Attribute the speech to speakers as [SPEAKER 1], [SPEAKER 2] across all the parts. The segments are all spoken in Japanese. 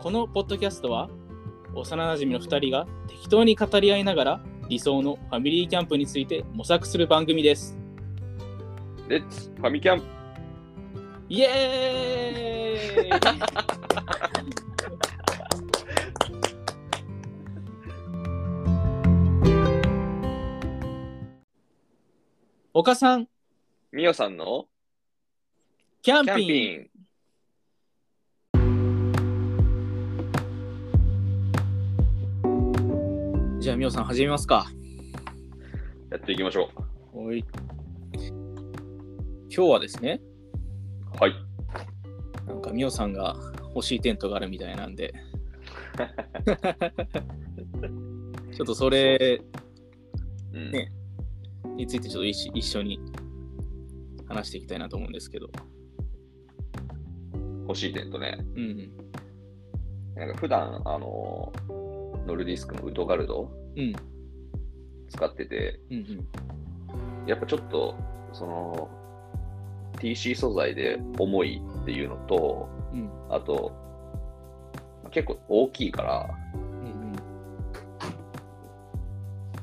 [SPEAKER 1] このポッドキャストは幼なじみの2人が適当に語り合いながら理想のファミリーキャンプについて模索する番組です
[SPEAKER 2] レッツファミキャン
[SPEAKER 1] イエーイ岡さん
[SPEAKER 2] みおさんの
[SPEAKER 1] キャン
[SPEAKER 2] キ
[SPEAKER 1] ピ
[SPEAKER 2] ャン
[SPEAKER 1] ング
[SPEAKER 2] ピング
[SPEAKER 1] じゃあみおさん始めますか
[SPEAKER 2] やっていきましょ
[SPEAKER 1] はい今日はですね
[SPEAKER 2] う。はい。
[SPEAKER 1] なんかみおさんが欲しいテントがあるみたいなんでちょっとそれ
[SPEAKER 2] うん
[SPEAKER 1] ねについてちょっと一緒一緒に話していきたいなと思うんですけど、
[SPEAKER 2] 欲しい点とね、
[SPEAKER 1] うん、
[SPEAKER 2] なんか普段あのーノルディスクのウトガルド
[SPEAKER 1] うん
[SPEAKER 2] 使ってて、
[SPEAKER 1] うんうん
[SPEAKER 2] やっぱちょっとその TC 素材で重いっていうのと、
[SPEAKER 1] うん
[SPEAKER 2] あと結構大きいから、
[SPEAKER 1] うん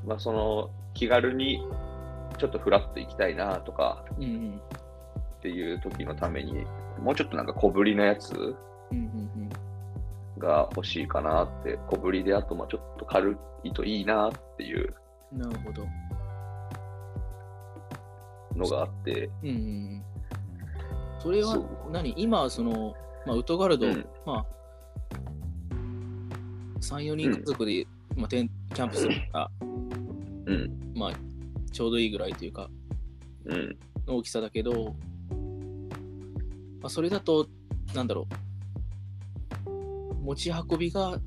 [SPEAKER 2] まあ、その気軽にちょっとフラッと行きたいなとか
[SPEAKER 1] うんうん
[SPEAKER 2] っていう時のために、もうちょっとなんか小ぶりのやつ
[SPEAKER 1] うんうん
[SPEAKER 2] が欲しいかなって、小ぶりで、あとまあちょっと軽いといいなっていう
[SPEAKER 1] うんなるほど、
[SPEAKER 2] のがあって、
[SPEAKER 1] うんうんうん、それは
[SPEAKER 2] そう
[SPEAKER 1] 何今その、まあ、ウトガルド、
[SPEAKER 2] うん
[SPEAKER 1] まあ34人家族で、まあ、テンキャンプするから
[SPEAKER 2] うん、
[SPEAKER 1] まあちょうどいいぐらいというか
[SPEAKER 2] うん、
[SPEAKER 1] の大きさだけど、まあ、それだと、なんだろう、持ち運びが、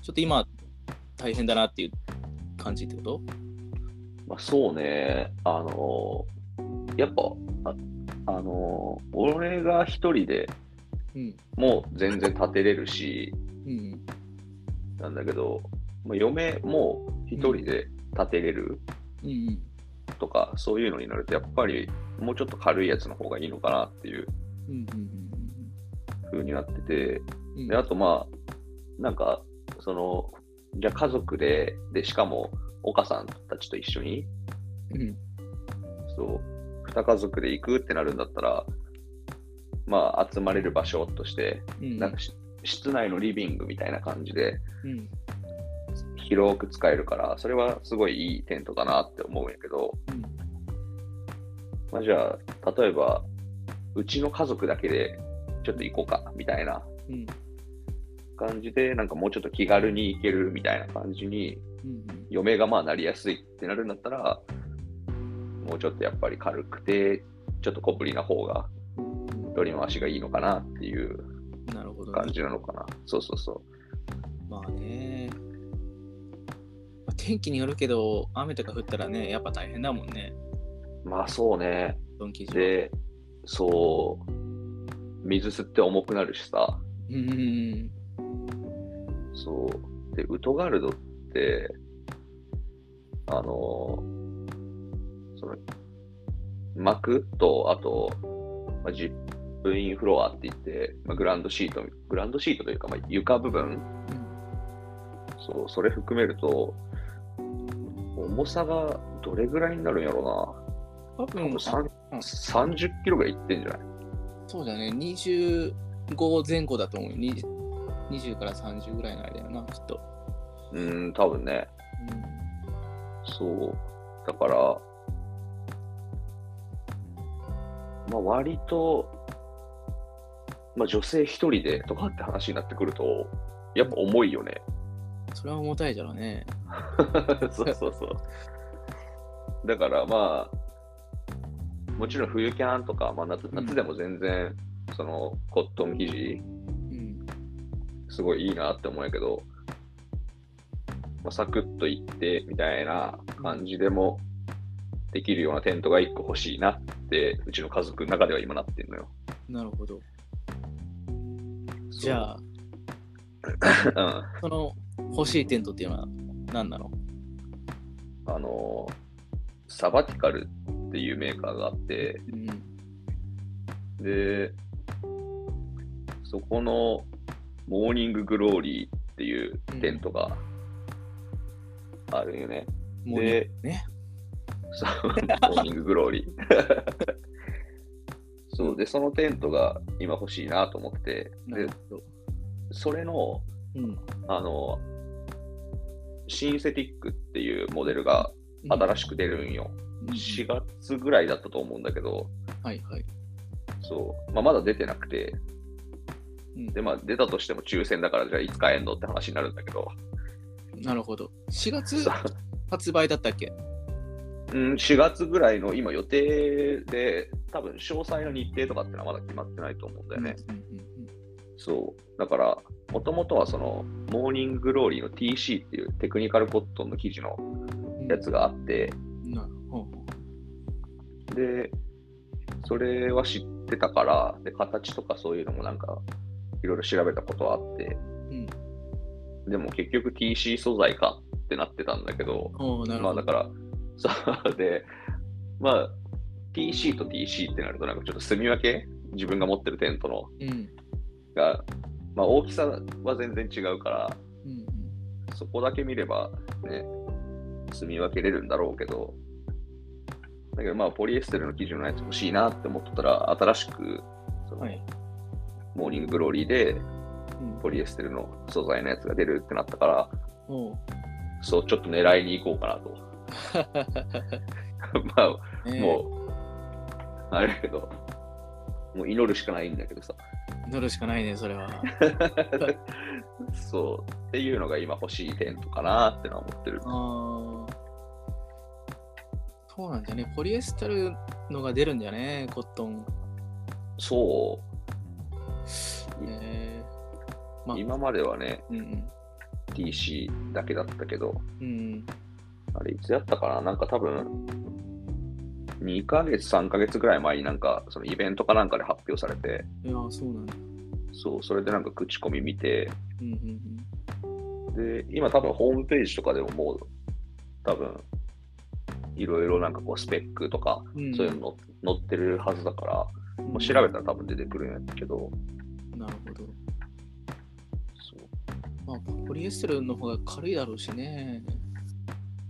[SPEAKER 1] ちょっと今、大変だなっていう感じってこと
[SPEAKER 2] まあそうね、あのーやっぱ、あ、あのー俺が一人で
[SPEAKER 1] うん。
[SPEAKER 2] もう全然立てれるし、
[SPEAKER 1] うん。
[SPEAKER 2] なんだけど、まあ、嫁も一人で立てれる
[SPEAKER 1] うん。
[SPEAKER 2] とか、そういうのになると、やっぱりもうちょっと軽いやつの方がいいのかなっていう
[SPEAKER 1] うん。
[SPEAKER 2] 風になってて、
[SPEAKER 1] うん。うん
[SPEAKER 2] で、あとまあ、なんか、その、じゃあ家族で、で、しかも、岡さんたちと一緒に、
[SPEAKER 1] うん。
[SPEAKER 2] そう、二家族で行くってなるんだったら、まあ、集まれる場所として、
[SPEAKER 1] うん。
[SPEAKER 2] なんかし、室内のリビングみたいな感じで、
[SPEAKER 1] うん。
[SPEAKER 2] 広く使えるから、それはすごいいいテントだなって思うんやけど、
[SPEAKER 1] うん
[SPEAKER 2] まあ、じゃあ、例えば、うちの家族だけで、ちょっと行こうか、みたいな
[SPEAKER 1] うん。
[SPEAKER 2] 感じで、なんかもうちょっと気軽に行けるみたいな感じに、
[SPEAKER 1] うん。
[SPEAKER 2] 嫁がまあなりやすいってなるんだったら、もうちょっとやっぱり軽くて、ちょっと小ぶりな方が取り回しがいいのかなっていう
[SPEAKER 1] なるほど、
[SPEAKER 2] 感
[SPEAKER 1] ね。
[SPEAKER 2] じなのかな。そうそうそ
[SPEAKER 1] まあね。まあ天気によるけど、雨とか降ったらね、やっぱ大変だもんね。
[SPEAKER 2] う。まあそうね。
[SPEAKER 1] ドンキー場。
[SPEAKER 2] で、そう、水吸って重くなるしさ、
[SPEAKER 1] うんうんうん。
[SPEAKER 2] そう。で、ウトガルドって、あのーその、膜と、あと、まあ、ジップインフロアって言って、まあ、グランドシート、グランドシートというか、まあ、床部分、そう、それ含めると、重さがどれぐらいになるんやろ
[SPEAKER 1] 多
[SPEAKER 2] うな。多
[SPEAKER 1] 分
[SPEAKER 2] 分、さん
[SPEAKER 1] うん
[SPEAKER 2] 30キロぐらいいってんじゃない
[SPEAKER 1] そうだね、25前後だと思うよ。20, 20から30ぐらいの間だよな、きっと。
[SPEAKER 2] うーん、多分ね。そう。だから、まあ割と、まあ女性一人でとかって話になってくると、やっぱ重いよね。
[SPEAKER 1] それは重たいじゃろうね。
[SPEAKER 2] そうそうそう。だからまあ、もちろん冬キャンとか、まあ、夏夏でも全然、そのコットン生地、
[SPEAKER 1] うん。
[SPEAKER 2] すごいいいなって思うんやけど、まあ、サクッといってみたいな感じでもできるようなテントが1個欲しいなって、うちの家族の中では今なってるのよ。
[SPEAKER 1] なるほど。じゃあ、
[SPEAKER 2] そう、うん
[SPEAKER 1] その欲しいテントっていうのは何なの
[SPEAKER 2] あのーサバティカルっていうメーカーがあって、
[SPEAKER 1] うん。
[SPEAKER 2] で、そこのモーニンググローリーっていうテントがあるよね。
[SPEAKER 1] もう
[SPEAKER 2] で
[SPEAKER 1] ね。
[SPEAKER 2] そう、モーニンググロー リー。そう、で、そのテントが今欲しいなと思って、
[SPEAKER 1] な
[SPEAKER 2] で
[SPEAKER 1] る、ほど
[SPEAKER 2] それの、
[SPEAKER 1] うん。
[SPEAKER 2] あの、シンセティックっていうモデルが新しく出るんよ。
[SPEAKER 1] し
[SPEAKER 2] 4月ぐらいだったと思うんだけど、
[SPEAKER 1] はいはい。
[SPEAKER 2] そう、まあ、まだ出てなくて、
[SPEAKER 1] うん
[SPEAKER 2] で、まあ、出たとしても抽選だから、じゃあいつ買えんのって話になるんだけど、
[SPEAKER 1] なるほど。4月
[SPEAKER 2] そう
[SPEAKER 1] 発売だったっけ
[SPEAKER 2] うん、4月ぐらいの今予定で、多分詳細の日程とかってのはまだ決まってないと思うんだよね。
[SPEAKER 1] うんうん
[SPEAKER 2] そう。だから、もともとはその、モーニンググローリーの TC っていうテクニカルコットンの生地の
[SPEAKER 1] うんうん
[SPEAKER 2] やつがあって、
[SPEAKER 1] なるほど。
[SPEAKER 2] で、それは知ってたから、で形とかそういうのもなんか、いろいろ調べたことはあって、
[SPEAKER 1] うん
[SPEAKER 2] でも結局 TC 素材かってなってたんだけど、
[SPEAKER 1] おーなる
[SPEAKER 2] まあ
[SPEAKER 1] ほ
[SPEAKER 2] だ
[SPEAKER 1] ど。
[SPEAKER 2] から、そう で、まあ、TC と DC ってなると、なんかちょっと住み分け、自分が持ってるテントの
[SPEAKER 1] うん
[SPEAKER 2] が、まあ、大きさは全然違うから、
[SPEAKER 1] うん
[SPEAKER 2] そこだけ見れば、ね、住み分けれるんだろうけど、だけどまあ、ポリエステルの生地のやつ欲しいなって思ってたら、新しく、そ
[SPEAKER 1] うん
[SPEAKER 2] の
[SPEAKER 1] はい。
[SPEAKER 2] モーニンググローリーで
[SPEAKER 1] うん
[SPEAKER 2] ポリエステルの素材のやつが出るってなったから、
[SPEAKER 1] おー
[SPEAKER 2] そう、ちょっと狙いに行こうかなと。 まあ、
[SPEAKER 1] ねえ
[SPEAKER 2] もう、あれだけど、もう祈るしかないんだけ どさ。
[SPEAKER 1] 乗るしかないね、それは。
[SPEAKER 2] そう。っていうのが今欲しいテントかなってのは思ってる。
[SPEAKER 1] あーそうなんだよね。ポリエステルのが出るんだよね、コットン。
[SPEAKER 2] そう。
[SPEAKER 1] えまあ
[SPEAKER 2] 今まではね、
[SPEAKER 1] ー、うん、
[SPEAKER 2] TC だけだったけど、
[SPEAKER 1] うん。うん。
[SPEAKER 2] あれいつやったかななんか多分、2ヶ月、3ヶ月ぐらい前になんか、そのイベントかなんかで発表されて、
[SPEAKER 1] いやー、そうなんだ。
[SPEAKER 2] そう、それでなんか口コミ見て、
[SPEAKER 1] うんうん
[SPEAKER 2] で、今多分ホームページとかでももう、多分、いろいろなんかこうスペックとか、
[SPEAKER 1] うん。うん
[SPEAKER 2] そういうの載ってるはずだから、もう調べたら多分出てくるんやけど、
[SPEAKER 1] なるほど。
[SPEAKER 2] そう
[SPEAKER 1] まあ、ポリエステルの方が軽いだろうしね。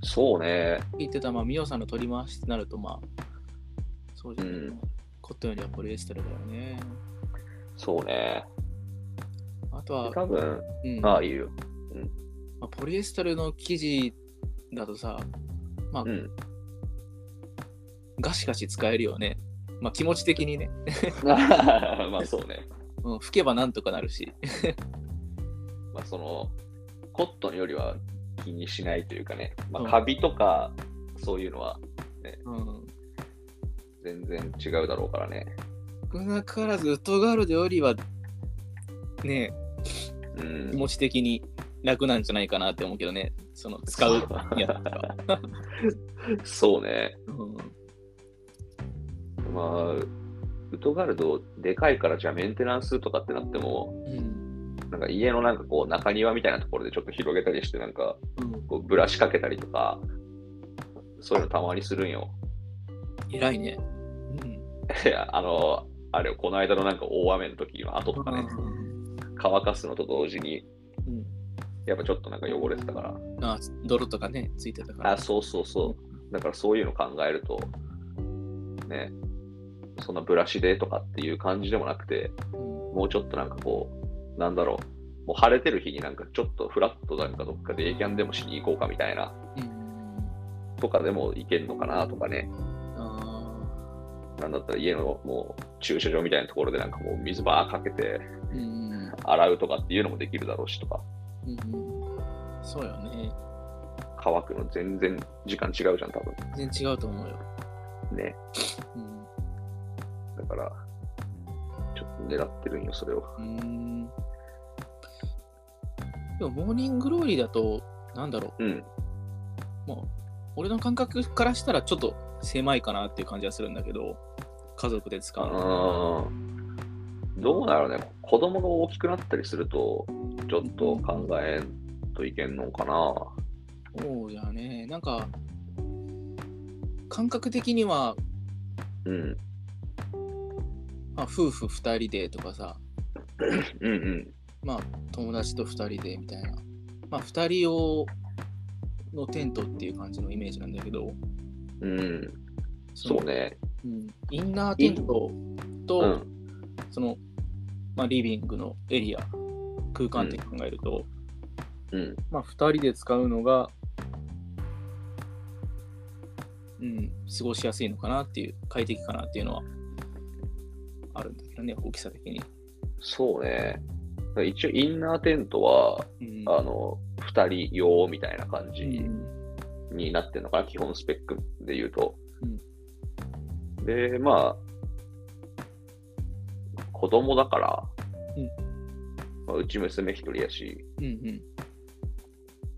[SPEAKER 2] そうね、
[SPEAKER 1] 言ってた、まあ、ミオさんの取り回しってなると、まあ、そうじゃない、
[SPEAKER 2] うん
[SPEAKER 1] コットンよりはポリエステルだよね。
[SPEAKER 2] そうね。
[SPEAKER 1] あとは、
[SPEAKER 2] 多分、
[SPEAKER 1] うん
[SPEAKER 2] ああ、いいよ。
[SPEAKER 1] まあ、ポリエステルの生地だとさ、
[SPEAKER 2] うん。
[SPEAKER 1] ガシガシ使えるよね。まあ、気持ち的にね、
[SPEAKER 2] まあそうね。
[SPEAKER 1] うん、吹けばなんとかなるし。
[SPEAKER 2] まあその、コットンよりは気にしないというかね、ま
[SPEAKER 1] うん
[SPEAKER 2] あカビとか、そういうのは
[SPEAKER 1] うん。
[SPEAKER 2] 全然違うだろうからね。
[SPEAKER 1] 少なからず、ウッドガールドよりは、ね、
[SPEAKER 2] う
[SPEAKER 1] 気
[SPEAKER 2] ん。
[SPEAKER 1] 持ち的に楽なんじゃないかなって思うけどね、その使うやったら。
[SPEAKER 2] そうね。
[SPEAKER 1] うん
[SPEAKER 2] まあ、ウトガルド、でかいからじゃあメンテナンスとかってなっても、
[SPEAKER 1] うん。
[SPEAKER 2] なんか家のなんかこう中庭みたいなところでちょっと広げたりして、なんか
[SPEAKER 1] うん。
[SPEAKER 2] こうブラシかけたりとか、そういうのたまにするんよ。
[SPEAKER 1] 偉いね。うん。
[SPEAKER 2] いやあの、あれよ、この間のなんか大雨の時の後とかね、乾かすのと同時に、
[SPEAKER 1] うん。
[SPEAKER 2] やっぱちょっとなんか汚れてたから。
[SPEAKER 1] ああ泥とかね、ついてたから。
[SPEAKER 2] あ、そうそうそう。だからそういうの考えると、ね、そんなブラシでとかっていう感じでもなくて、
[SPEAKER 1] うん
[SPEAKER 2] もうちょっとなんかこう、なんだろう、もう晴れてる日になんかちょっとフラットなんかどっかでエキャンでもしに行こうかみたいな、
[SPEAKER 1] うん。
[SPEAKER 2] とかでも行けるのかなとかね、
[SPEAKER 1] あ
[SPEAKER 2] なんだったら家のもう駐車場みたいなところでなんかもう水ばーかけて
[SPEAKER 1] あ。うん。
[SPEAKER 2] 洗うとかっていうのもできるだろうしとか、
[SPEAKER 1] うん。そうよね。
[SPEAKER 2] 乾くの全然時間違うじゃん、多
[SPEAKER 1] 全然違うと思うよ。
[SPEAKER 2] 分。ね。
[SPEAKER 1] うん。
[SPEAKER 2] だから、ちょっと狙ってるんよ、それを。
[SPEAKER 1] うーんでも、モーニングローリーだと、なんだろ
[SPEAKER 2] うん。
[SPEAKER 1] う、もう、俺の感覚からしたら、ちょっと狭いかなっていう感じはするんだけど、家族で使うの。
[SPEAKER 2] あーどうなるね、子供が大きくなったりすると、ちょっと考えんといけんのかな。
[SPEAKER 1] そうじゃね、なんか、感覚的には、
[SPEAKER 2] うん。
[SPEAKER 1] まあ、夫婦2人でとかさ、
[SPEAKER 2] うんうん。
[SPEAKER 1] まあ友達と2人でみたいなまあ2人用のテントっていう感じのイメージなんだけど
[SPEAKER 2] うん、
[SPEAKER 1] その
[SPEAKER 2] そうね。
[SPEAKER 1] うん、インナーテントと、
[SPEAKER 2] うん、
[SPEAKER 1] その、まあ、リビングのエリア空間って考えると、
[SPEAKER 2] うん、
[SPEAKER 1] まあ2人で使うのがうん過ごしやすいのかなっていう快適かなっていうのはあるんだけどね大きさ的に、
[SPEAKER 2] そうね。一応、インナーテントは、
[SPEAKER 1] うん
[SPEAKER 2] あの、二人用みたいな感
[SPEAKER 1] う
[SPEAKER 2] じ
[SPEAKER 1] ん
[SPEAKER 2] になってるのかな、基本スペックで言うと。
[SPEAKER 1] うん
[SPEAKER 2] で、まあ、子供だから、
[SPEAKER 1] う
[SPEAKER 2] うんまあ、うち娘一人やし、
[SPEAKER 1] うんうん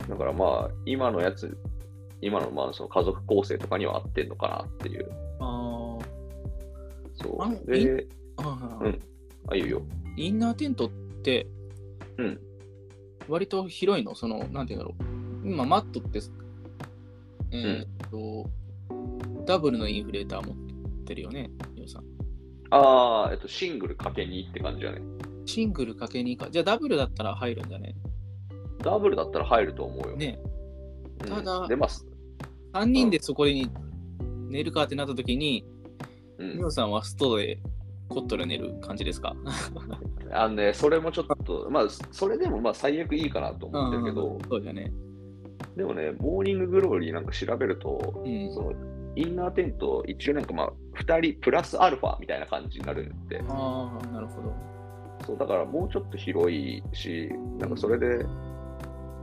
[SPEAKER 2] だからまあ、今のやつ、今のまあその家族構成とかには合ってんのかなっていう。
[SPEAKER 1] あー
[SPEAKER 2] そ
[SPEAKER 1] あの
[SPEAKER 2] う。で、
[SPEAKER 1] あー、
[SPEAKER 2] うんあ、いいよ。
[SPEAKER 1] インナーテントって
[SPEAKER 2] うん。
[SPEAKER 1] 割と広いのそのなんていうんだろう今マットってえーっと、ダブルのインフレーター持ってるよねヨウさん
[SPEAKER 2] ああ、えっと、シングルかけにって感じだね。
[SPEAKER 1] シングルかけにかじゃあダブルだったら入るんだね
[SPEAKER 2] ダブルだったら入ると思うよ。
[SPEAKER 1] ね
[SPEAKER 2] うん
[SPEAKER 1] ただ
[SPEAKER 2] で、まあ、す
[SPEAKER 1] 3人でそこに寝るかってなった時に
[SPEAKER 2] う
[SPEAKER 1] ミ
[SPEAKER 2] ん
[SPEAKER 1] オ、さんはストでコットで寝る感じですか
[SPEAKER 2] あのね、それもちょっと、まあ、それでもまあ最悪いいかなと思ってるけど、
[SPEAKER 1] そうだよね
[SPEAKER 2] でもね、モーニンググローリーなんか調べると、
[SPEAKER 1] うん
[SPEAKER 2] そのインナーテント、一応なんかまあ、2人プラスアルファみたいな感じになるんで、
[SPEAKER 1] ああなるほど
[SPEAKER 2] そうだからもうちょっと広いし、なんかそれで、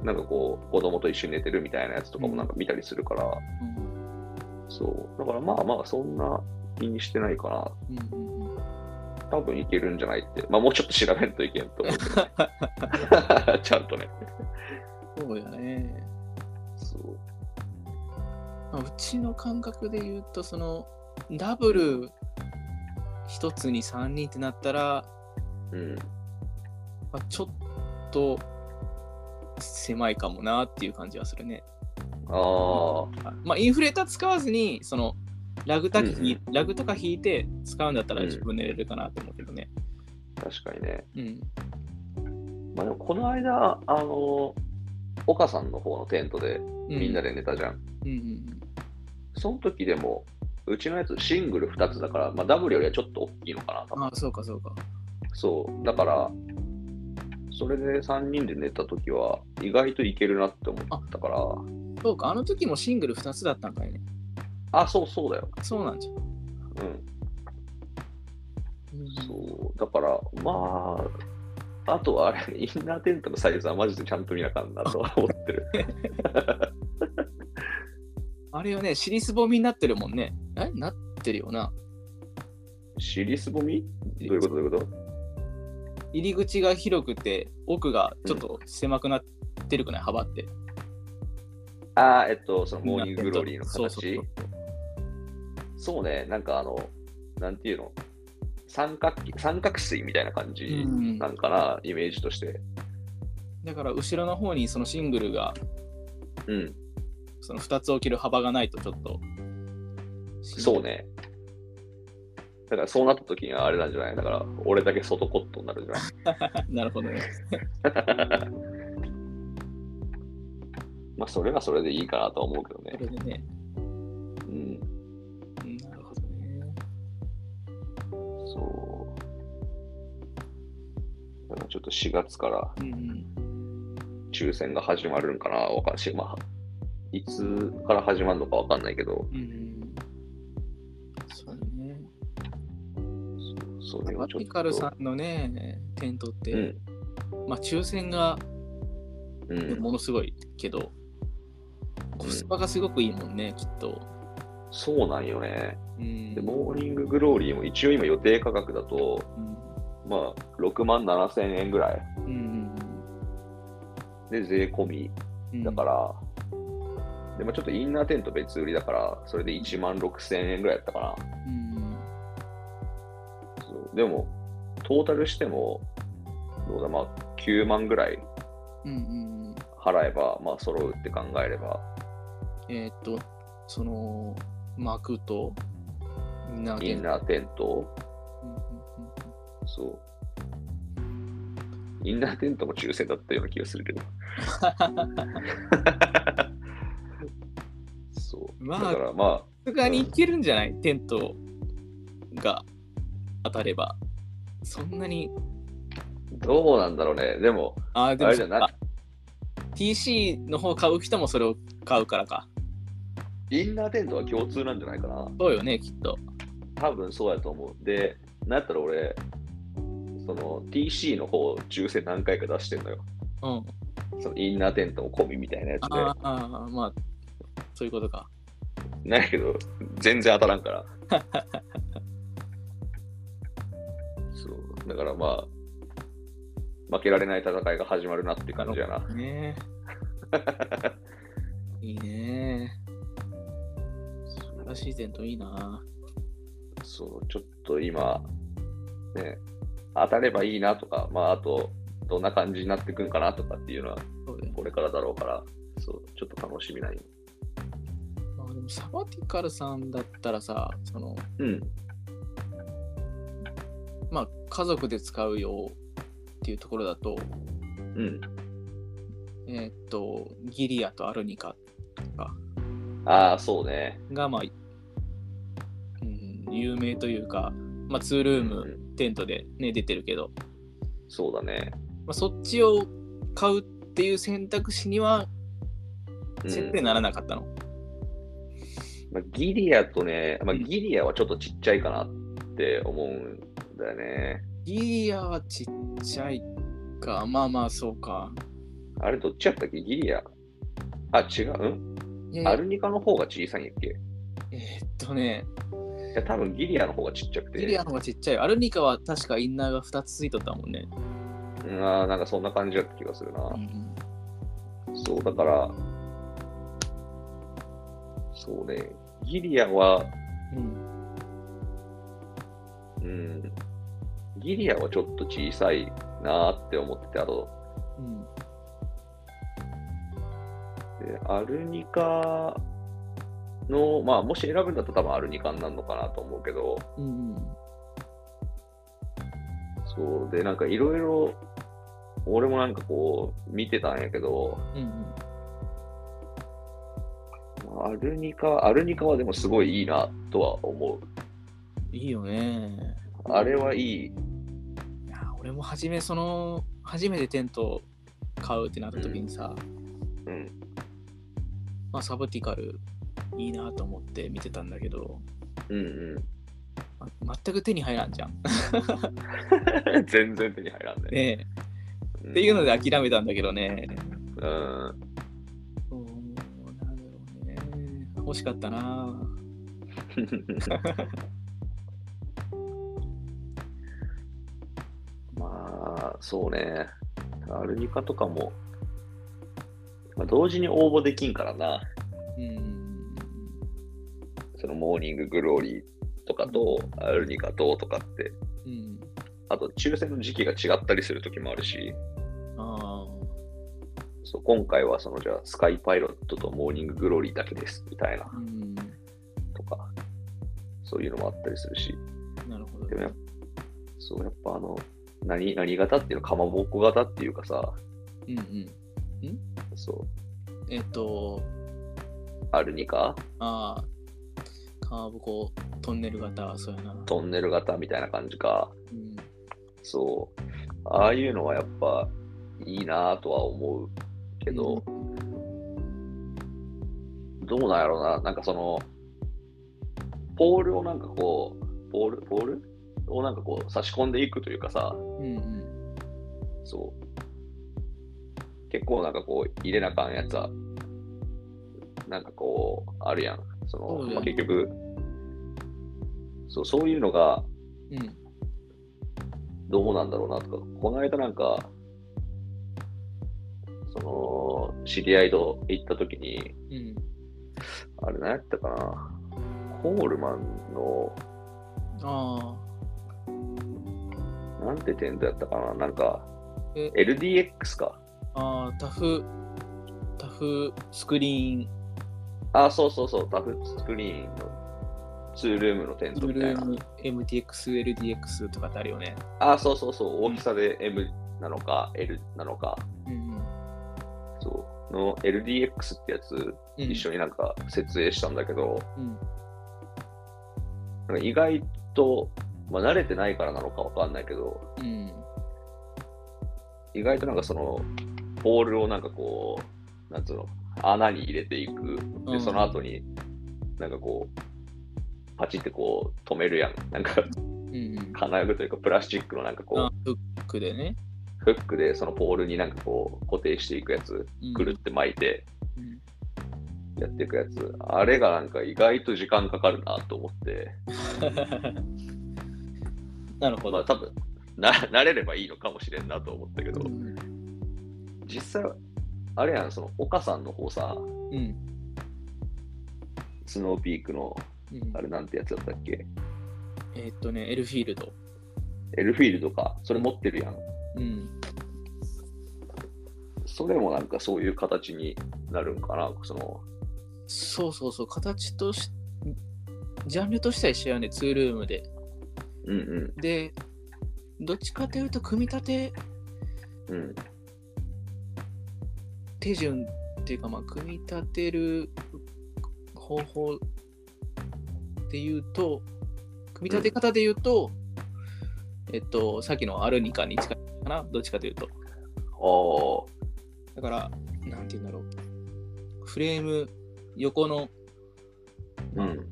[SPEAKER 2] なんかこう、子供と一緒に寝てるみたいなやつとかもなんか見たりするから、
[SPEAKER 1] うん
[SPEAKER 2] そう、だからまあまあ、そんな気にしてないかな
[SPEAKER 1] うんうんうん
[SPEAKER 2] 多分いけるんじゃないって、まあ、もうちょっと調べんといけんと思うけどね、 ちゃんとね。
[SPEAKER 1] そうだね
[SPEAKER 2] そう
[SPEAKER 1] まあうちの感覚で言うとそのダブル一つに3人ってなったら、
[SPEAKER 2] うん、
[SPEAKER 1] まあ、ちょっと狭いかもなっていう感じはするね
[SPEAKER 2] あ
[SPEAKER 1] あまあインフレーター使わずにそのラグだけひ、ラグとか引いて使うんだったら
[SPEAKER 2] うん
[SPEAKER 1] 自分寝れるかなと思うけどね。
[SPEAKER 2] あ、確かにね。
[SPEAKER 1] うん。
[SPEAKER 2] まあ、でもこの間、あの、岡さんの方のテントでみんな
[SPEAKER 1] で。
[SPEAKER 2] で寝たじゃん。
[SPEAKER 1] うんうん
[SPEAKER 2] その時でも、うちのやつシングル2つだから、まあ、ダブルよりはちょっと大きいのかな、多
[SPEAKER 1] うん。
[SPEAKER 2] 分
[SPEAKER 1] ああ、そうかそうか。
[SPEAKER 2] そう。だから、それで3人で寝た時は、意外といけるなって思ったから、
[SPEAKER 1] そうか、あの時もシングル2つだったんかいね。
[SPEAKER 2] あそうそうだよ。
[SPEAKER 1] そうなんじゃん。
[SPEAKER 2] うん。
[SPEAKER 1] うん
[SPEAKER 2] そう、だから、まあ、あとはあれ、インナーテントのサイズはマジでちゃんと見なあかんなとは思ってる。
[SPEAKER 1] あれよね、尻すぼみになってるもんね。えなってるよな。
[SPEAKER 2] 尻すぼみどういうことどういうこと
[SPEAKER 1] 入り口が広くて、奥がちょっと狭くなってるくない、幅って。
[SPEAKER 2] ああ、えっと、そのモーニンググローリーの形。
[SPEAKER 1] そうそうそう
[SPEAKER 2] そうね、なんかあの、なんていうの、三角形三角錐みたいな感じ
[SPEAKER 1] うん
[SPEAKER 2] なんかな、イメージとして。
[SPEAKER 1] だから後ろの方にそのシングルが
[SPEAKER 2] うん、
[SPEAKER 1] その2つ置ける幅がないとちょっと。
[SPEAKER 2] そう。ね。だからそうなった時にはあれなんじゃないだから、俺だけ外コットになるんじゃない
[SPEAKER 1] なるほどね。
[SPEAKER 2] まあ、それはそれでいいかなとは思うけど
[SPEAKER 1] そ
[SPEAKER 2] ね。
[SPEAKER 1] れでね。
[SPEAKER 2] うん。
[SPEAKER 1] うんなるほどね。
[SPEAKER 2] そう。だからちょっと4月から
[SPEAKER 1] うんうん。
[SPEAKER 2] 抽選が始まるんかな、わかんし、まあ、いつから始まるのかわかんないけど、
[SPEAKER 1] うんうん。そうだね。
[SPEAKER 2] そそれは
[SPEAKER 1] マ
[SPEAKER 2] ちょっと。
[SPEAKER 1] ピカルさんのね、テントって、
[SPEAKER 2] うん。
[SPEAKER 1] まあ抽選が
[SPEAKER 2] うん、
[SPEAKER 1] ものすごいけど、コスパがすごくいいもんね、きっと。
[SPEAKER 2] そうなんよね。
[SPEAKER 1] うん。
[SPEAKER 2] で、モーニンググローリーも一応今予定価格だと、
[SPEAKER 1] うん、
[SPEAKER 2] まあ、6万7千円ぐらい
[SPEAKER 1] うんうん
[SPEAKER 2] で税込み
[SPEAKER 1] うん。
[SPEAKER 2] だから、でもちょっとインナーテント別売りだから、それで1万6千円ぐらいやったかな。
[SPEAKER 1] うん。
[SPEAKER 2] そうでも、トータルしても、どうだ、まあ、9万ぐらい
[SPEAKER 1] うんうんうん。
[SPEAKER 2] 払えば、まあ、揃うって考えれば、
[SPEAKER 1] えーっと、その、幕と、みんな
[SPEAKER 2] インナーテント、
[SPEAKER 1] うんうんうん
[SPEAKER 2] そう。インナーテントも抽選だったような気がする けど。そう。
[SPEAKER 1] まあ
[SPEAKER 2] だからま
[SPEAKER 1] さすがにいけるんじゃないテントが当たれば。そんなに。
[SPEAKER 2] あ、どうなんだろうね。でも、
[SPEAKER 1] あーで
[SPEAKER 2] あ
[SPEAKER 1] も
[SPEAKER 2] れじゃな
[SPEAKER 1] そっか TC の方買う人もそれを買うからか。
[SPEAKER 2] インナーテントは共通なんじゃないかな。
[SPEAKER 1] そうよね、きっと。
[SPEAKER 2] 多分そうやと思う。で、なんやったら俺、その TC の方、抽選何回か出してんのよ。
[SPEAKER 1] うん。
[SPEAKER 2] そのインナーテントも込みみたいなやつ
[SPEAKER 1] あーあー、まあ、そういうことか。
[SPEAKER 2] で。なんやけど、全然当たら んから。そう。だからまあ、負けられない戦いが始まるなって感じやな。
[SPEAKER 1] ね え。いいねえ。新しいテントいいな。
[SPEAKER 2] そう、ちょっと今、ね、当たればいいなとか、まあ、あと、どんな感じになってくんかなとかっていうのは、
[SPEAKER 1] そうだよ。
[SPEAKER 2] これからだろうから、そう、ちょっと楽しみない。
[SPEAKER 1] まあでもサバティカルさんだったらさ、その、
[SPEAKER 2] うん、
[SPEAKER 1] まあ家族で使うよっていうところだと、
[SPEAKER 2] うん。
[SPEAKER 1] えーっと、ギリアとアルニカ
[SPEAKER 2] ああ、そうね。
[SPEAKER 1] が、まあ、うん、有名というか、まあツールー
[SPEAKER 2] う
[SPEAKER 1] ム、
[SPEAKER 2] ん
[SPEAKER 1] テントでね、出てるけど、
[SPEAKER 2] そうだね。
[SPEAKER 1] まあ、そっちを買うっていう選択肢には
[SPEAKER 2] うん
[SPEAKER 1] 設定ならなかったの。
[SPEAKER 2] まあ、ギリアとね、まあ、
[SPEAKER 1] うん
[SPEAKER 2] ギリアはちょっとちっちゃいかなって思うんだよね。
[SPEAKER 1] ギリアはちっちゃいか、まあまあそうか。
[SPEAKER 2] あれ、どっちやったっけギリア。あ、違う、うん、
[SPEAKER 1] いやいや
[SPEAKER 2] アルニカの方が小さいんやっけ
[SPEAKER 1] えーっとね、
[SPEAKER 2] いや、多分ギリアの方がちっちゃくて。
[SPEAKER 1] ギリアの方がちっちゃい。アルニカは確かインナーが2つついとったもんね。
[SPEAKER 2] うん、あーなんかそんな感じだった気がするな。
[SPEAKER 1] うん
[SPEAKER 2] そう、だから、そうね、ギリアは、
[SPEAKER 1] うん。
[SPEAKER 2] うん、ギリアはちょっと小さいなーって思ってて、あと、
[SPEAKER 1] うん。
[SPEAKER 2] でアルニカの、まあ、もし選ぶんだったら多分アルニカになるのかなと思うけど、
[SPEAKER 1] うん。
[SPEAKER 2] そう、で、なんかいろいろ、俺もなんかこう、見てたんやけど、
[SPEAKER 1] うん。うん。
[SPEAKER 2] アルニカ、アルニカはでもすごいいいなとは思
[SPEAKER 1] いいよね。
[SPEAKER 2] う。あれはいい。
[SPEAKER 1] いや、俺も初め、その、初めてテント買うってなった時にさ、
[SPEAKER 2] うん、
[SPEAKER 1] まあサブティカルいいなと思って見てたんだけど、
[SPEAKER 2] うん、うん。
[SPEAKER 1] ま全く手に入らんじゃん。
[SPEAKER 2] 全然手に入らんね。
[SPEAKER 1] ね
[SPEAKER 2] うん
[SPEAKER 1] えっていうので諦めたんだけどね。
[SPEAKER 2] うん。
[SPEAKER 1] そうなんだろうね。欲しかったな。
[SPEAKER 2] まあ、そうね。アルニカとかも、まあ、同時に応募できんからな。
[SPEAKER 1] うん。
[SPEAKER 2] そのモーニンググローリーとかと、アルニカととかって。
[SPEAKER 1] うん。
[SPEAKER 2] あと、抽選の時期が違ったりする時もあるし、
[SPEAKER 1] あ
[SPEAKER 2] そう今回はそのじゃあスカイパイロットとモーニンググローリーだけですみたいな
[SPEAKER 1] あ。うん。
[SPEAKER 2] とか、そういうのもあったりするし。
[SPEAKER 1] なるほど
[SPEAKER 2] で。もやっぱそう、やっぱあの、何、何型っていうの、かまぼっこ型っていうかさ、
[SPEAKER 1] うんうん。
[SPEAKER 2] そ
[SPEAKER 1] えっ、と、
[SPEAKER 2] う、アルニカ、
[SPEAKER 1] ああ、かまぼこトンネル型、そうやな。
[SPEAKER 2] トンネル型みたいな感じか、
[SPEAKER 1] うん。
[SPEAKER 2] そう、ああいうのはやっぱいいなとは思うけど、どうなんやろうな、なんかその、ポールをなんかこう、ポール、ポールをなんかこう差し込んでいくというかさ、
[SPEAKER 1] うんうん。
[SPEAKER 2] そう。結構なんかこう、入れなあかんやつは、なんかこう、あるやん。その、
[SPEAKER 1] そうだね
[SPEAKER 2] まあ、結局、そう、そういうのが
[SPEAKER 1] うん。
[SPEAKER 2] どうなんだろうなとか、この間なんか、その、知り合いと行った時に、
[SPEAKER 1] うん。
[SPEAKER 2] あれ何やったかな、コールマンの、
[SPEAKER 1] あ
[SPEAKER 2] なんてテントやったかな、なんか
[SPEAKER 1] え、
[SPEAKER 2] LDX か。
[SPEAKER 1] あ、ああ、タフ、タフスクリーン、
[SPEAKER 2] あ、そうそうそう、タフスクリーンのツールームのテント
[SPEAKER 1] ブ
[SPEAKER 2] み
[SPEAKER 1] ル
[SPEAKER 2] たい
[SPEAKER 1] ー
[SPEAKER 2] な。
[SPEAKER 1] ム、MTX、LDX とかってあるよね。
[SPEAKER 2] あ、そうそうそう、大きさで M、なのか、L なのか、
[SPEAKER 1] うん
[SPEAKER 2] そう、の LDX ってやつ、
[SPEAKER 1] うん、
[SPEAKER 2] 一緒になんか設営したんだけど、
[SPEAKER 1] うん
[SPEAKER 2] なんか意外と、まあ、慣れてないからなのかわかんないけど、
[SPEAKER 1] うん
[SPEAKER 2] 意外となんかその、ポールをなんかこう、なんつうの、穴に入れていく。
[SPEAKER 1] う
[SPEAKER 2] で、
[SPEAKER 1] ん、
[SPEAKER 2] その後に、なんかこう、パチってこう、止めるやん。なんか、
[SPEAKER 1] うんうん、
[SPEAKER 2] 金具というか、プラスチックのなんかこ
[SPEAKER 1] あフックでね、
[SPEAKER 2] う、フックでそのポールになんかこう、固定していくやつ、
[SPEAKER 1] うん
[SPEAKER 2] くるって巻いて
[SPEAKER 1] うん
[SPEAKER 2] やっていくやつ。あれがなんか意外と時間かかるなと思って、
[SPEAKER 1] なるほ
[SPEAKER 2] まあ
[SPEAKER 1] ど。
[SPEAKER 2] 多分、な、 慣れればいいのかもしれんなと思ったけど
[SPEAKER 1] う、ん
[SPEAKER 2] 実際、あれやん、その、岡さんの方さ、
[SPEAKER 1] うん
[SPEAKER 2] スノーピークの、
[SPEAKER 1] うん
[SPEAKER 2] あれなんてやつだったっけ
[SPEAKER 1] えーっとね、エルフィールド。
[SPEAKER 2] エルフィールドか、それ持ってるやん。
[SPEAKER 1] うん、
[SPEAKER 2] それもなんかそういう形になるんかな、その、
[SPEAKER 1] そうそうそう、形とし、ジャンルとしては一緒やね、ツールームで。
[SPEAKER 2] うん
[SPEAKER 1] で、どっちかというと、組み立て
[SPEAKER 2] うん、うん、
[SPEAKER 1] 手順っていうか、まあ、組み立てる方法で言うと、組み立て方で言うと、えっと、さっきのアルニカに近いかな、どっちかというと。
[SPEAKER 2] あ
[SPEAKER 1] だから、なんて言うんだろう。フレーム、横の、
[SPEAKER 2] あ、うん、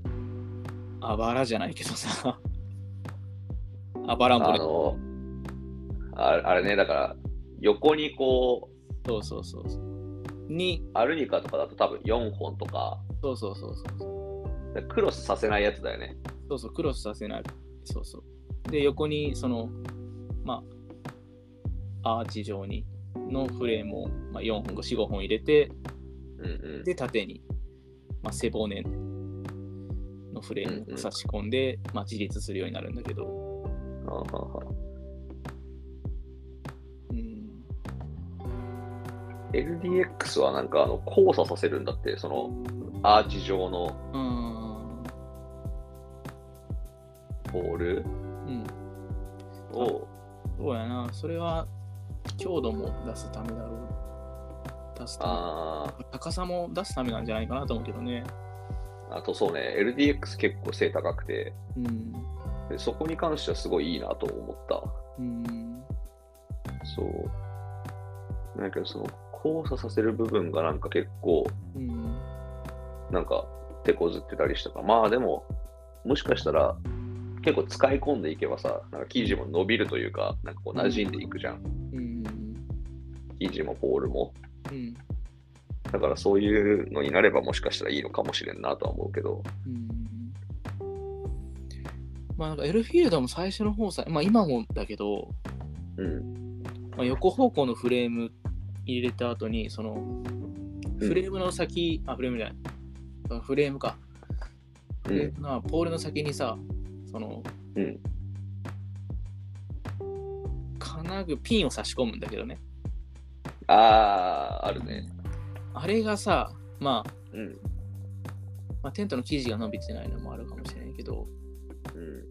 [SPEAKER 1] あばらじゃないけどさ。 あばらも
[SPEAKER 2] あ
[SPEAKER 1] ね。
[SPEAKER 2] の、ああれね、だから、横にこう、
[SPEAKER 1] そうそうそうそう。に、
[SPEAKER 2] アルニカとかだと多分4本とか、
[SPEAKER 1] そうそうそうそう。
[SPEAKER 2] クロスさせないやつだよね。
[SPEAKER 1] そうそう、クロスさせない。そうそう。で、横に、その、まあ、アーチ状に、のフレームを、まあ、4本か4、5本入れて、
[SPEAKER 2] うんうん。
[SPEAKER 1] で、縦に、まあ、背骨のフレームを差し込んで、まあ、自立するようになるんだけど。
[SPEAKER 2] ああああ
[SPEAKER 1] うん。
[SPEAKER 2] LDX はなんかあの交差させるんだって、そのアーチ状の
[SPEAKER 1] うーん。
[SPEAKER 2] ボール
[SPEAKER 1] うん。
[SPEAKER 2] を、
[SPEAKER 1] そうやな、それは強度も出すためだろう。出すた
[SPEAKER 2] あ
[SPEAKER 1] め高さも出すためなんじゃないかなと思うけどね。
[SPEAKER 2] あ、あとそうね、LDX 結構背高くて、
[SPEAKER 1] うん。
[SPEAKER 2] でそこに関してはすごいいいなと思った。
[SPEAKER 1] うん。
[SPEAKER 2] そう。なんかその交差させる部分がなんか結構
[SPEAKER 1] うん。
[SPEAKER 2] なんか手こずってたりしたからまあでももしかしたら結構使い込んでいけばさなんか生地も伸びるというかなんかこう馴染んでいくじゃん、
[SPEAKER 1] うん。
[SPEAKER 2] 生地もポールも
[SPEAKER 1] うん。
[SPEAKER 2] だからそういうのになればもしかしたらいいのかもしれんなとは思うけど
[SPEAKER 1] うん。まあなんかエルフィールドも最初の方さ、まあ今もだけど、
[SPEAKER 2] うん
[SPEAKER 1] まあ、横方向のフレーム入れた後に、その、フレームの先、あ、フレームじゃないあ。フレームか。
[SPEAKER 2] う
[SPEAKER 1] で
[SPEAKER 2] ん
[SPEAKER 1] まあ、ポールの先にさ、その、
[SPEAKER 2] うん
[SPEAKER 1] 金具、ピンを差し込むんだけどね。
[SPEAKER 2] あああるね
[SPEAKER 1] あれがさ、まあ、
[SPEAKER 2] うん
[SPEAKER 1] まあ、テントの生地が伸びてないのもあるかもしれないけど、
[SPEAKER 2] うん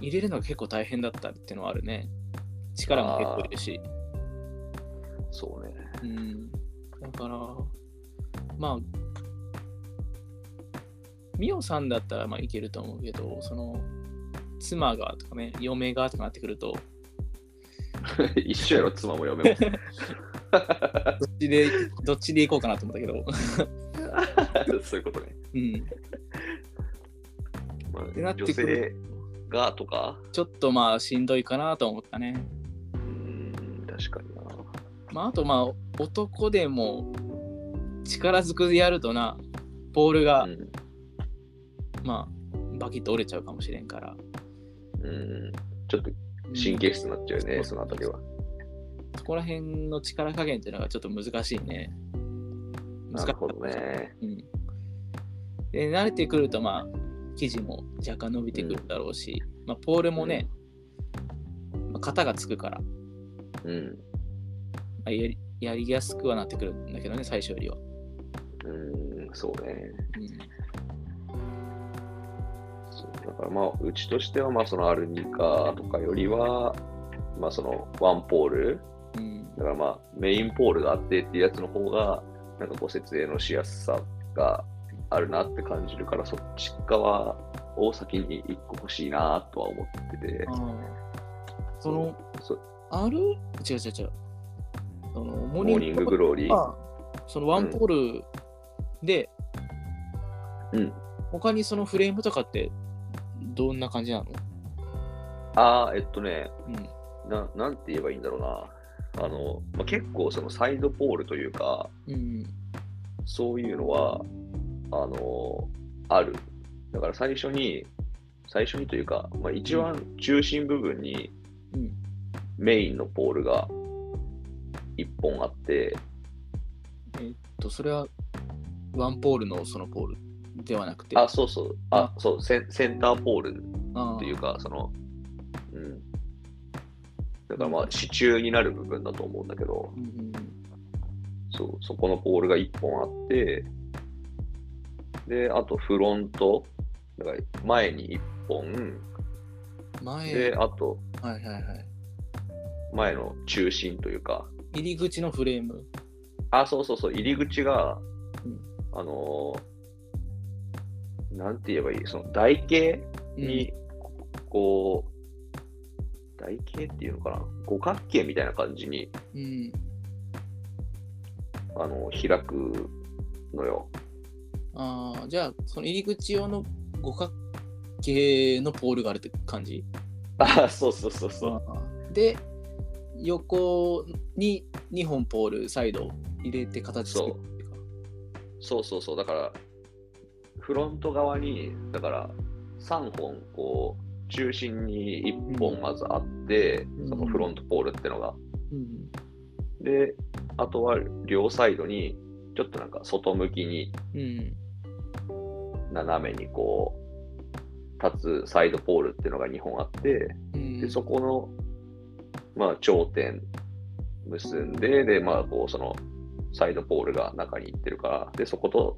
[SPEAKER 1] 入れるのが結構大変だったっていうのはあるね。力も結構いるし。
[SPEAKER 2] そうね
[SPEAKER 1] うん。だから、まあ、ミオさんだったらまあいけると思うけど、その、妻がとかね、嫁がとかなってくると、
[SPEAKER 2] 一緒やろ妻 も嫁も
[SPEAKER 1] どっちで、どっちで行こうかなと思ったけど。
[SPEAKER 2] そういうことね、
[SPEAKER 1] うん。
[SPEAKER 2] まあ
[SPEAKER 1] てなってく
[SPEAKER 2] 女性
[SPEAKER 1] る
[SPEAKER 2] がとか
[SPEAKER 1] ちょっとまあしんどいかなと思ったね。
[SPEAKER 2] うん確かにな
[SPEAKER 1] まああとまあ男でも力ずくでやるとな、ボールが、
[SPEAKER 2] うん
[SPEAKER 1] まあバキッと折れちゃうかもしれんから。
[SPEAKER 2] うんちょっと神経質になっちゃうよね、
[SPEAKER 1] うん
[SPEAKER 2] そのあたりは。
[SPEAKER 1] そこら辺の力加減っていうのがちょっと難しいね。
[SPEAKER 2] なるほど。ね。
[SPEAKER 1] うん。で、慣れてくるとまあ生地も若干伸びてくるだろうし、まあポールもね、まあ型がつくから、ま
[SPEAKER 2] うん。
[SPEAKER 1] あやりやりやすくはなってくるんだけどね、最初よりは。
[SPEAKER 2] うん、そうね。
[SPEAKER 1] うん
[SPEAKER 2] そうだかからまあ、うちとしては、まあ、その R2 かとかよりは、まあ、そのワンポール、
[SPEAKER 1] うん。
[SPEAKER 2] だからまあ、メインポールがあってっていうやつの方が、なんかこう、設営のしやすさがあるなって感じるから、そっち側を先に一個欲しいなとは思ってて
[SPEAKER 1] あ、ーその、
[SPEAKER 2] そ
[SPEAKER 1] ある違う違う違う。そのモ
[SPEAKER 2] モーニンググローリー。
[SPEAKER 1] はそのワンポールで、
[SPEAKER 2] うん。
[SPEAKER 1] 他にそのフレームとかってどんな感じなの
[SPEAKER 2] ああ、えっとね、
[SPEAKER 1] うん。
[SPEAKER 2] ななんて言えばいいんだろうな。あの、まあ、結構そのサイドポールというか、
[SPEAKER 1] うん。
[SPEAKER 2] そういうのは、あの、ある。だから最初に、最初にというか、まあ、一番中心部分に
[SPEAKER 1] うん。
[SPEAKER 2] メインのポールが1本あって、
[SPEAKER 1] えーっと、それはワンポールのそのポールではなくて、
[SPEAKER 2] あ、そうそう、あ、そう、センセンターポール
[SPEAKER 1] あー
[SPEAKER 2] というか、その、うん。だからまあ、支柱になる部分だと思うんだけど、
[SPEAKER 1] うんうん
[SPEAKER 2] そうそこのポールが1本あって、で、あとフロント、だから前に1本、
[SPEAKER 1] うん、前、
[SPEAKER 2] で、あと
[SPEAKER 1] はいはいはい。
[SPEAKER 2] 前の中心というか、
[SPEAKER 1] 入り口のフレーム。
[SPEAKER 2] あ、そうそうそう、入り口が、
[SPEAKER 1] うん
[SPEAKER 2] あのーなんて言えばいい、その台形に、こう、台形っていうのかな、五角形みたいな感じに、
[SPEAKER 1] うん。
[SPEAKER 2] あの開くのよ。
[SPEAKER 1] ああ、じゃあ、その入り口用の五角形のポールがあるって感じ
[SPEAKER 2] あ、そうそうそうそう。
[SPEAKER 1] で、横に2本ポール、サイドを入れて形作るっていうか。
[SPEAKER 2] そうそうそう、だから、フロント側に、だから、3本、こう、中心に1
[SPEAKER 1] う
[SPEAKER 2] 本
[SPEAKER 1] ん
[SPEAKER 2] まずあって、
[SPEAKER 1] うん
[SPEAKER 2] そのフロントポールってのが。
[SPEAKER 1] うん
[SPEAKER 2] で、あとは両サイドに、ちょっとなんか外向きに、
[SPEAKER 1] うん。うん。
[SPEAKER 2] 斜めにこう、立つサイドポールっていうのが2本あって、
[SPEAKER 1] うん、
[SPEAKER 2] で、そこの、まあ、頂点結んで、で、まあ、こう、その、サイドポールが中に行ってるから、で、そこと、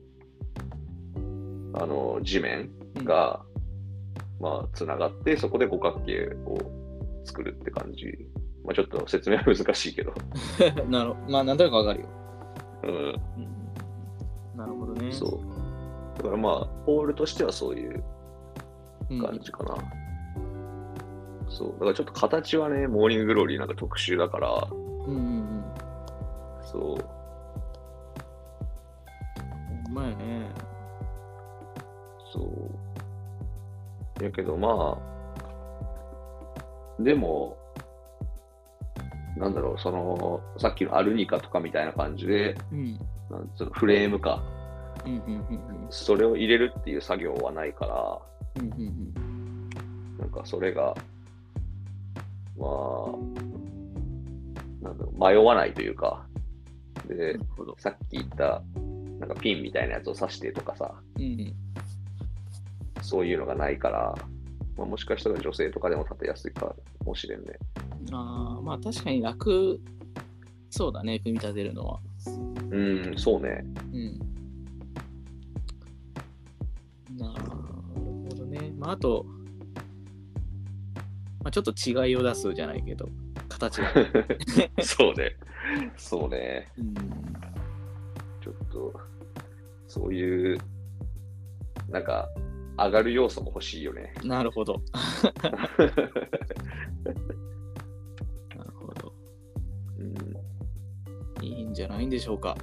[SPEAKER 2] あの、地面が、まあ、つながって、そこで五角形を作るって感じ。まあ、ちょっと説明は難しいけど。
[SPEAKER 1] うん、 なるほどまあ、なんとなくわかるよ。
[SPEAKER 2] う
[SPEAKER 1] う
[SPEAKER 2] ん。
[SPEAKER 1] ん、なるほどね。
[SPEAKER 2] そう。だからまあ、ポールとしてはそういう
[SPEAKER 1] うん
[SPEAKER 2] 感じかな。そう。だからちょっと形はね、モーニンググローリーなんか特殊だから、
[SPEAKER 1] うんうんうん。
[SPEAKER 2] そう。
[SPEAKER 1] ほんまやね。
[SPEAKER 2] そう。やけどまあ、でも、なんだろう、その、さっきのアルニカとかみたいな感じで、
[SPEAKER 1] うん。
[SPEAKER 2] なんつうの、フレームか、
[SPEAKER 1] うんうんうん
[SPEAKER 2] それを入れるっていう作業はないから、
[SPEAKER 1] うん。うんうん
[SPEAKER 2] なんかそれが、まあ、なんだろう、迷わないというか、
[SPEAKER 1] うん。な
[SPEAKER 2] で
[SPEAKER 1] る、ほど。
[SPEAKER 2] さっき言った、なんかピンみたいなやつを刺してとかさ、
[SPEAKER 1] うんうん。
[SPEAKER 2] そういうのがないから、まあ、もしかしたら女性とかでも立てやすいかもしれんね。
[SPEAKER 1] ああ、まあ確かに楽そうだね、組み立てるのは。
[SPEAKER 2] うん、そうね。
[SPEAKER 1] うん。なるほどね。まああと、まあ、ちょっと違いを出すじゃないけど、形が。
[SPEAKER 2] そうね。そうね。
[SPEAKER 1] うん。
[SPEAKER 2] ちょっと、そういう、なんか、上がる要素も欲しいよね。
[SPEAKER 1] なるほど。なるほど。
[SPEAKER 2] うん、
[SPEAKER 1] いいんじゃないんでしょうか。